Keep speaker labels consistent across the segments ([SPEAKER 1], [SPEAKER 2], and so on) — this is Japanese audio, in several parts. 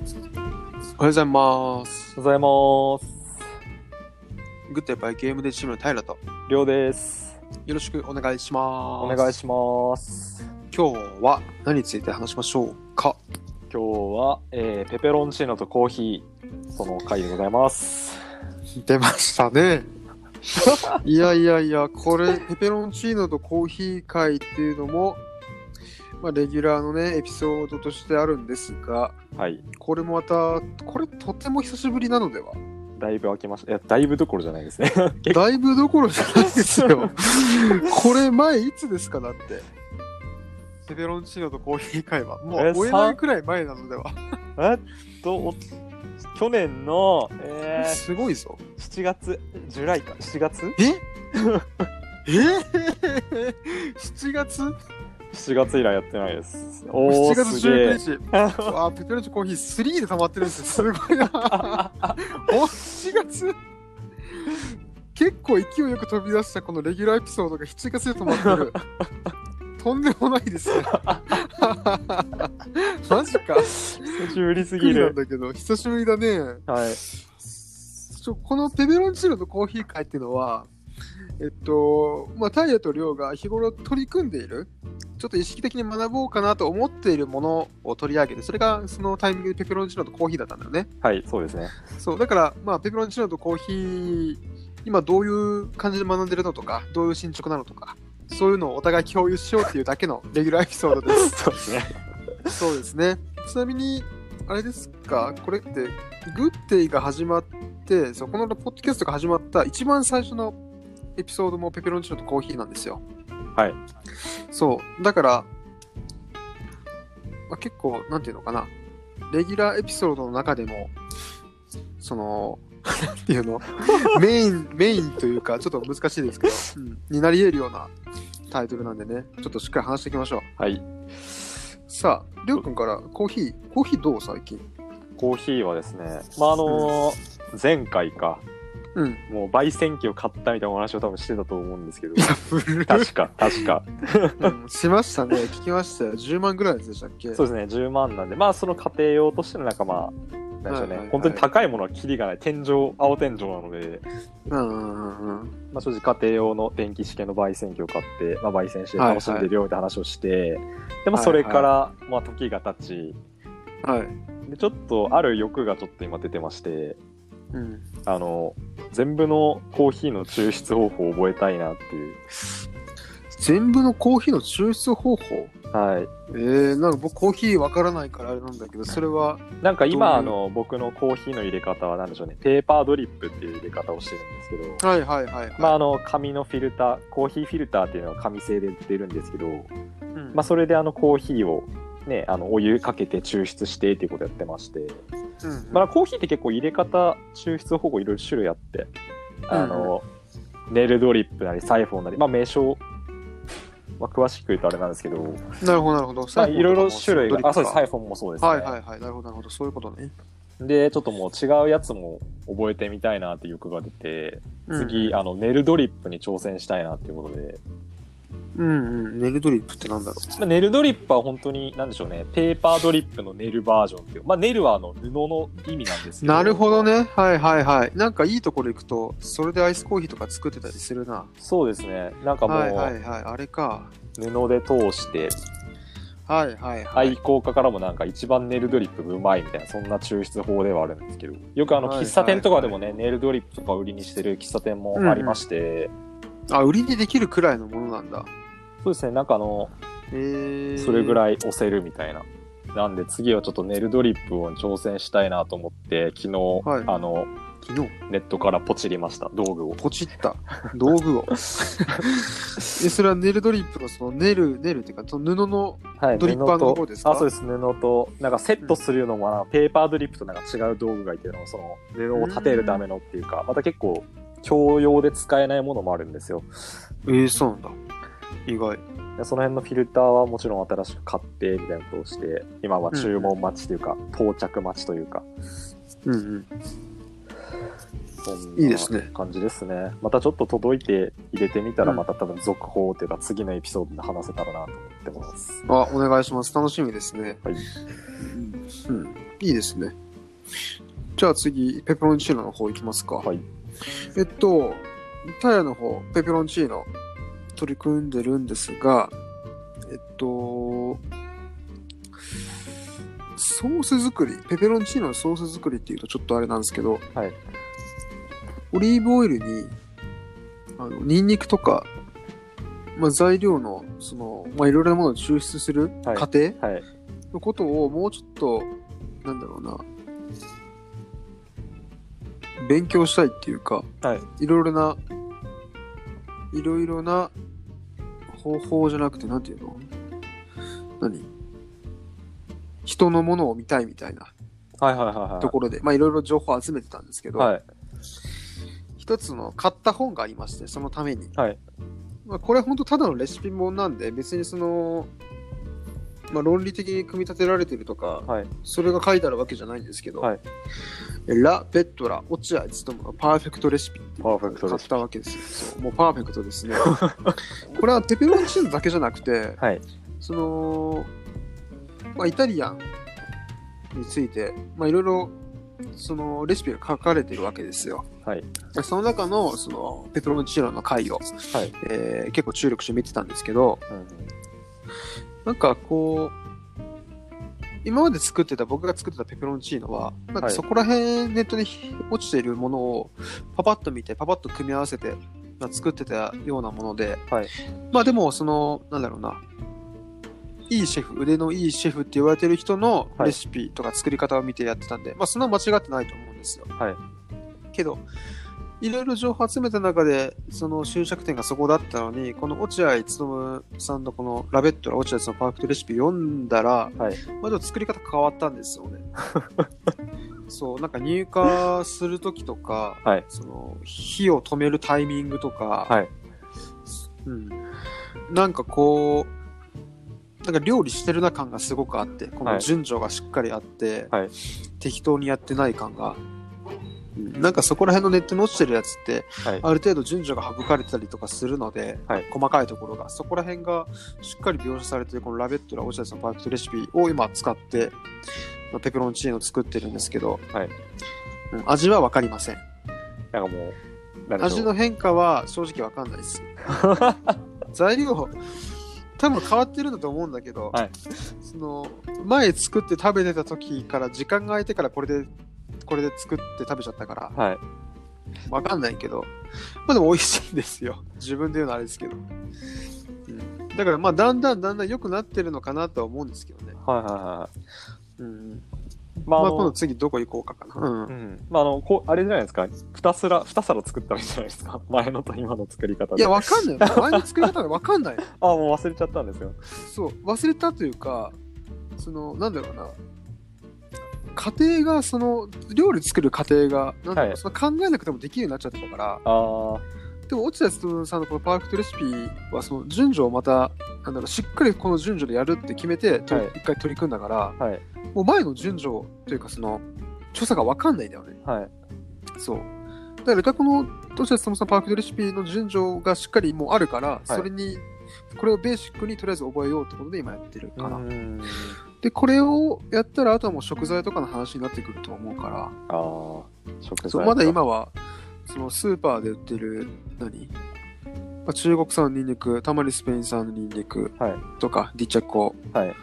[SPEAKER 1] おはようございます。
[SPEAKER 2] おはようございます。
[SPEAKER 1] グッドエバイゲームでチームの平と
[SPEAKER 2] りょうです。
[SPEAKER 1] よろしくお願いしま
[SPEAKER 2] お
[SPEAKER 1] す。
[SPEAKER 2] 願いします。
[SPEAKER 1] 今日は何について話しましょうか
[SPEAKER 2] 今日は、えーペペロンチーノとコーヒーその回でございます。
[SPEAKER 1] 出ました ね。いやいやいや、これ、ペペロンチーノとコーヒー会っていうのも、まあ、レギュラーのね、エピソードとしてあるんですが、
[SPEAKER 2] はい。
[SPEAKER 1] これもまた、これとても久しぶりなのでは
[SPEAKER 2] だいぶ開きました。いや、だいぶどころじゃないですね。
[SPEAKER 1] だいぶどころじゃないですよ。これ前いつですかだって。ペペロンチーノとコーヒー会はも
[SPEAKER 2] え
[SPEAKER 1] う追えないくらい前なのでは。
[SPEAKER 2] えっと、お去年の、えー
[SPEAKER 1] すごいぞ。
[SPEAKER 2] 7月、ジュライか、7月
[SPEAKER 1] ええ ?7 月 ?7
[SPEAKER 2] ?7 月以来やってないです。おー、
[SPEAKER 1] 月
[SPEAKER 2] すげえ
[SPEAKER 1] 19。日。 あー、ペペロンチーノコーヒー3で溜まってるんですよ。すごいな。お、7月結構勢いよく飛び出したこのレギュラーエピソードが7月で止まってる。とんでもないです ね。マジか。
[SPEAKER 2] 久しぶりす
[SPEAKER 1] びっくり
[SPEAKER 2] ぎ
[SPEAKER 1] なん
[SPEAKER 2] る。
[SPEAKER 1] だけど、久しぶりだね。
[SPEAKER 2] はい。
[SPEAKER 1] ちょこのペペロンチーノとコーヒー会っていうのは、えっと、まあ、タイヤとリョウが日頃取り組んでいる、ちょっと意識的に学ぼうかなと思っているものを取り上げて、それがそのタイミングでペペロンチーノとコーヒーだったんだよね。
[SPEAKER 2] はい、そうですね。
[SPEAKER 1] そう、だから、まあ、ペペロンチーノとコーヒー、今どういう感じで学んでるのとか、どういう進捗なのとか、そういうのをお互い共有しようっていうだけのレギュラーエピソードです。
[SPEAKER 2] そうですね。
[SPEAKER 1] そうですね。ちなみに、あれですか、これって、グッデイが始まって、そうこのポッドキャストが始まった一番最初のエピソードもペペロンチーノとコーヒーなんですよ。
[SPEAKER 2] はい。
[SPEAKER 1] そう。だから、まあ、結構、なんていうのかな、レギュラーエピソードの中でも、その、 なんていうの、メイン、メインというか、ちょっと難しいですけど、うんになり得るようなタイトルなんでね、ちょっとしっかり話していきましょう。
[SPEAKER 2] はい。
[SPEAKER 1] さあ、りょうくんからコーヒー、コーヒーどう最近
[SPEAKER 2] コーヒーはですね、まあ、あのー前回か、
[SPEAKER 1] うん。
[SPEAKER 2] もう焙煎機を買ったみたいなお話を多分してたと思う んですけど
[SPEAKER 1] 古い
[SPEAKER 2] 確か確 か
[SPEAKER 1] うん、しましたね。聞きましたよ。10万ぐらいのやつでしたっけ
[SPEAKER 2] そうですね10万なんでまあその家庭用としてのなんかまあなんでしょ
[SPEAKER 1] は
[SPEAKER 2] うね、
[SPEAKER 1] いはいはい
[SPEAKER 2] 本当に高いものはキリがない天井青天井なので、
[SPEAKER 1] うんうんうんうん。
[SPEAKER 2] まあ、正直家庭用の電気式の焙煎機を買って、まあ、焙煎して
[SPEAKER 1] はいはい
[SPEAKER 2] 楽しんでるよって話をして、でまあそれから、まあ、時が経ち
[SPEAKER 1] はい。
[SPEAKER 2] でちょっとある欲がちょっと今出てまして
[SPEAKER 1] うん。
[SPEAKER 2] あの全部のコーヒーの抽出方法を覚えたいなっていう
[SPEAKER 1] 全部のコーヒーの抽出方法
[SPEAKER 2] はい
[SPEAKER 1] えー、なんか僕コーヒーわからないからあれなんだけど、それは、
[SPEAKER 2] なんか今あ
[SPEAKER 1] どう
[SPEAKER 2] の僕のコーヒーの入れ方は何でしょうねペーパードリップっていう入れ方をしてるんですけど、
[SPEAKER 1] はいはいはい、はい。
[SPEAKER 2] まあ、あの紙のフィルターコーヒーフィルターっていうのは紙製で売ってるんですけど、
[SPEAKER 1] うん、
[SPEAKER 2] まあ、それであのコーヒーを、ね、あのお湯かけて抽出してっていうことやってまして、
[SPEAKER 1] うん、
[SPEAKER 2] まあ、コーヒーって結構入れ方抽出方法いろいろ種類あってあの、ネイルドリップなりサイフォンなり、まあ、名称、まあ、詳しく言うとあれなんですけど、
[SPEAKER 1] なるほどなるほど。
[SPEAKER 2] まあ、いろいろ種類があそうですサ
[SPEAKER 1] は
[SPEAKER 2] イ
[SPEAKER 1] い
[SPEAKER 2] フォンもそうですね、
[SPEAKER 1] はいはいはい。なるほどなるほど。そういうことね。
[SPEAKER 2] でちょっともう違うやつも覚えてみたいなっていう欲が出て次、
[SPEAKER 1] うん
[SPEAKER 2] あのネルドリップに挑戦したいなっていうことで、
[SPEAKER 1] うんうん。ネルドリップってなんだろ
[SPEAKER 2] まあ、ネルドリップは本当に何でしょうねペーパードリップのネルバージョンっていうまあネルはあの布の意味なんです
[SPEAKER 1] う。
[SPEAKER 2] けど
[SPEAKER 1] なるほどね。はいはいはい。なんかいいところ行くと、それでアイスコーヒーとか作ってたりするな。
[SPEAKER 2] そうですねなんかも
[SPEAKER 1] はいはいうはい、あれか。
[SPEAKER 2] 布で通して
[SPEAKER 1] はいはいはい。
[SPEAKER 2] 愛好家からもなんか一番ネルドリップうまいみたいなそんな抽出法ではあるんですけどよくあの
[SPEAKER 1] はい
[SPEAKER 2] 喫茶店とかでもね、ネルドリップとか売りにしてる喫茶店もありまして、
[SPEAKER 1] あ、売りにできるくらいのものなんだ。
[SPEAKER 2] そうですねなんかあの
[SPEAKER 1] えー、
[SPEAKER 2] それぐ
[SPEAKER 1] い。
[SPEAKER 2] らい押せるみたいな。なんで次はちょっとネルドリップを挑戦したいなと思って昨日、
[SPEAKER 1] はい
[SPEAKER 2] あの
[SPEAKER 1] 昨日、
[SPEAKER 2] ネットからポチりました道具を。
[SPEAKER 1] ポチった道具 を。え、それはネルドリップのそのネル、ネルっていうか、その布の、
[SPEAKER 2] はい、
[SPEAKER 1] ドリッパーの
[SPEAKER 2] 布と
[SPEAKER 1] 方ですか
[SPEAKER 2] あそうです布となんかセットするのも、なんかペーパードリップとなんか違う道具がいてのその布を立てるためのっていうかまた結構共用で使えないものもあるんですよ。
[SPEAKER 1] えー、そうなんだ。意外。
[SPEAKER 2] でその辺のフィルターはもちろん新しく買ってみたいなことをして今は注文待ちというか、到着待ちというか
[SPEAKER 1] うんうん。
[SPEAKER 2] そん
[SPEAKER 1] いいですね
[SPEAKER 2] な感じですねまたちょっと届いて入れてみたら、
[SPEAKER 1] うん
[SPEAKER 2] また多分続報というか、次のエピソードで話せたらなと思ってます。
[SPEAKER 1] あ、お願いします。楽しみですね。
[SPEAKER 2] はい。
[SPEAKER 1] うん。いいですね。じゃあ次、ペペロンチーノの方いきますか。
[SPEAKER 2] はい。
[SPEAKER 1] えっと、タイヤの方、ペペロンチーノ、取り組んでるんですが、えっと、ソース作り、ペペロンチーノのソース作りっていうとちょっとあれなんですけど、
[SPEAKER 2] はい
[SPEAKER 1] オリーブオイルに、あの、ニンニクとか、まあ、材料の、その、まあ、いろいろなものを抽出する
[SPEAKER 2] はい
[SPEAKER 1] 過程、
[SPEAKER 2] はい。
[SPEAKER 1] のことをもうちょっとなんだろうな勉強したいっていうか、、
[SPEAKER 2] はい
[SPEAKER 1] ろいろないろいろな方法じゃなくてなんていうの何人のものを見たいみたいな
[SPEAKER 2] はいはいはい
[SPEAKER 1] ところで、まあいろいろ情報を集めてたんですけど、
[SPEAKER 2] はい。はい。
[SPEAKER 1] 一つの買った本がありまして、そのために。
[SPEAKER 2] はい
[SPEAKER 1] まあ、これ本当ただのレシピ本なんで、別にその、まあ、論理的に組み立てられてるとか、
[SPEAKER 2] はい
[SPEAKER 1] それが書いてあるわけじゃないんですけど、
[SPEAKER 2] はい
[SPEAKER 1] えラ・ベッドラ・落合努のパーフェクトレシピっていうのを
[SPEAKER 2] パーフェクト
[SPEAKER 1] 買
[SPEAKER 2] レ
[SPEAKER 1] っ
[SPEAKER 2] シピ
[SPEAKER 1] たわけですよ。そうもうパーフェクトです ね。これはペペロンチーノだけじゃなくて、
[SPEAKER 2] はい
[SPEAKER 1] その、まあ、イタリアンについて、まあ、いろいろそのレシピが書かれているわけですよ。
[SPEAKER 2] はい。
[SPEAKER 1] でその中のそのペペロンチーノの回を、
[SPEAKER 2] はい
[SPEAKER 1] えー結構注力して見てたんですけど
[SPEAKER 2] うん
[SPEAKER 1] なんかこう今まで作ってた僕が作ってたペペロンチーノはなんか
[SPEAKER 2] はい
[SPEAKER 1] そこら辺ネットに落ちているものをパパッと見てパパッと組み合わせて、まあ、作ってたようなもので、
[SPEAKER 2] はい
[SPEAKER 1] まあでもそのなんだろうないいシェフ腕のいいシェフって言われてる人の
[SPEAKER 2] はい
[SPEAKER 1] レシピとか作り方を見てやってたんで、まあそんな間違ってないと思うんですよ。
[SPEAKER 2] はい
[SPEAKER 1] けどいろいろ情報集めた中で、その終着点がそこだったのに、この落合努さんのこのラベットラ落合さんのパーフェクトレシピ読んだら、
[SPEAKER 2] はい
[SPEAKER 1] まあでも作り方変わったんですよ ね。そう、なんか入荷するときとか、
[SPEAKER 2] はい
[SPEAKER 1] その火を止めるタイミングとか、
[SPEAKER 2] はい
[SPEAKER 1] うん、なんかこう、なんか料理してるな感がすごくあって、こ
[SPEAKER 2] は
[SPEAKER 1] の
[SPEAKER 2] い
[SPEAKER 1] 順序がしっかりあって、
[SPEAKER 2] はい
[SPEAKER 1] 適当にやってない感が、うんなんかそこら辺のネットに落ちてるやつって、
[SPEAKER 2] はい
[SPEAKER 1] ある程度順序が省かれてたりとかするので、
[SPEAKER 2] はい
[SPEAKER 1] 細かいところが、そこら辺がしっかり描写されてる、このラベットラ・オシャさんのパーフェクトレシピを今使って、まあペペロンチーノを作ってるんですけど、
[SPEAKER 2] はい
[SPEAKER 1] うん味は分かりません。
[SPEAKER 2] なんかもう、なんでし
[SPEAKER 1] 味
[SPEAKER 2] ょう。
[SPEAKER 1] の変化は正直わかんない です。材料、多分変わってるんだと思うんだけど、
[SPEAKER 2] はい
[SPEAKER 1] その前作って食べてた時から時間が空いてからこれで、これで作って食べちゃったから、
[SPEAKER 2] はい。
[SPEAKER 1] わかんないけど、まあでも美味しいんですよ。自分で言うのはあれですけど。うんだからまあだんだんだんだん良くなってるのかなとは思うんですけどね。
[SPEAKER 2] はいはいはい。
[SPEAKER 1] うん、ま
[SPEAKER 2] まあ、
[SPEAKER 1] あ
[SPEAKER 2] あ
[SPEAKER 1] 今度
[SPEAKER 2] の、
[SPEAKER 1] 次どこ行こうかかな。うん
[SPEAKER 2] うん。まあ、あの、こう、あれじゃないですか。二皿、二皿作ったわけじゃないですか。 前のと今の作り方
[SPEAKER 1] い
[SPEAKER 2] で。
[SPEAKER 1] や
[SPEAKER 2] あ、
[SPEAKER 1] わかんないよ。前の作り方がわかんないよ
[SPEAKER 2] もう忘れちゃったんですよ。
[SPEAKER 1] そう忘れたというかそのなんだろうな家庭がその料理作る過程がなんだろう、
[SPEAKER 2] はい
[SPEAKER 1] その考えなくてもできるようになっちゃったから
[SPEAKER 2] あ
[SPEAKER 1] でも落合勤さんのこのパーフェクトレシピはその順序をまたなんだろうしっかりこの順序でやるって決めてとり
[SPEAKER 2] はい
[SPEAKER 1] 一回取り組んだから、
[SPEAKER 2] あ、はい。
[SPEAKER 1] もう前の順序というかその著作が分かんないんだよね
[SPEAKER 2] はい。
[SPEAKER 1] そうだからこの落合勤さんのパーフェクトレシピの順序がしっかりもうあるから、それにこれをベーシックにとりあえず覚えようってことで今やってるかな、
[SPEAKER 2] ん。
[SPEAKER 1] でこれをやったらあとはもう食材とかの話になってくると思うか
[SPEAKER 2] ああ、食
[SPEAKER 1] ら
[SPEAKER 2] 材
[SPEAKER 1] そうまだ今はそのスーパーで売ってる何、まあ、中国産のニンニクたまにスペイン産のニンニク
[SPEAKER 2] はい
[SPEAKER 1] とか、ディチェコ、
[SPEAKER 2] はい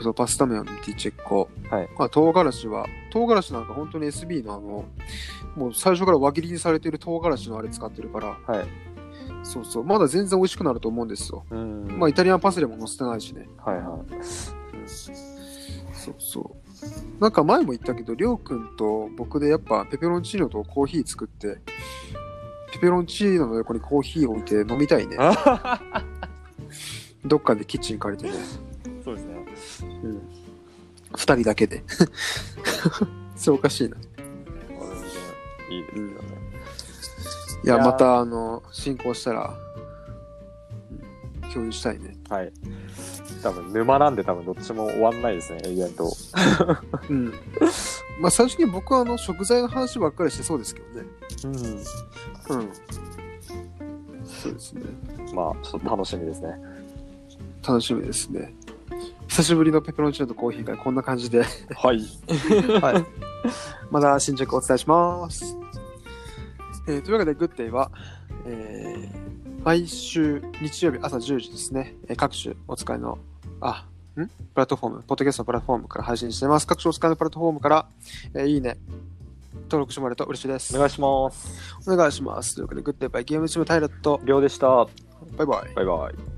[SPEAKER 1] そうパスタ麺はディチェコ、
[SPEAKER 2] はい
[SPEAKER 1] まあ、唐辛子は唐辛子なんか本当に SB のあのもう最初から輪切りにされてる唐辛子のあれ使ってるから
[SPEAKER 2] はい。
[SPEAKER 1] そうそうまだ全然美味しくなると思うんですよ
[SPEAKER 2] うん。
[SPEAKER 1] まあイタリアンパセリも載せてないしね
[SPEAKER 2] はいはい。
[SPEAKER 1] そうそう。なんか前も言ったけど、りょうくんと僕でやっぱペペロンチーノとコーヒー作って、ペペロンチーノの横にコーヒー置いて飲みたいね。
[SPEAKER 2] あ
[SPEAKER 1] どっかでキッチン借りてね。
[SPEAKER 2] そうですね。
[SPEAKER 1] 二人だけで。 それおかしいな。
[SPEAKER 2] いいですよね。
[SPEAKER 1] いや、
[SPEAKER 2] いやー
[SPEAKER 1] またあの、進行したら、うん共有したいね。
[SPEAKER 2] はい。多分沼なんで多分どっちも終わんないですね、永遠と。
[SPEAKER 1] うん。まあ最初に僕はあの、食材の話ばっかりしてそうですけどね。
[SPEAKER 2] うん。
[SPEAKER 1] うん。そうですね。
[SPEAKER 2] まあ、ちょっと楽しみですね。
[SPEAKER 1] 楽しみですね。久しぶりのペペロンチーノとコーヒーがこんな感じで、
[SPEAKER 2] はい。
[SPEAKER 1] はい、 まだ新着お伝えします。えーというわけで、グッデイは、えー毎週日曜日朝10時ですね、えー各種お使いの、あ、んプラットフォーム、ポッドキャストのプラットフォームから配信してます。各種お使いのプラットフォームから、えーいいね、登録してもらえると嬉しいです。
[SPEAKER 2] お願いします。
[SPEAKER 1] お願いします。というわけで、グッデイバイゲームチームタイラット、
[SPEAKER 2] りょうでした。
[SPEAKER 1] バイバイ。
[SPEAKER 2] バイバイ。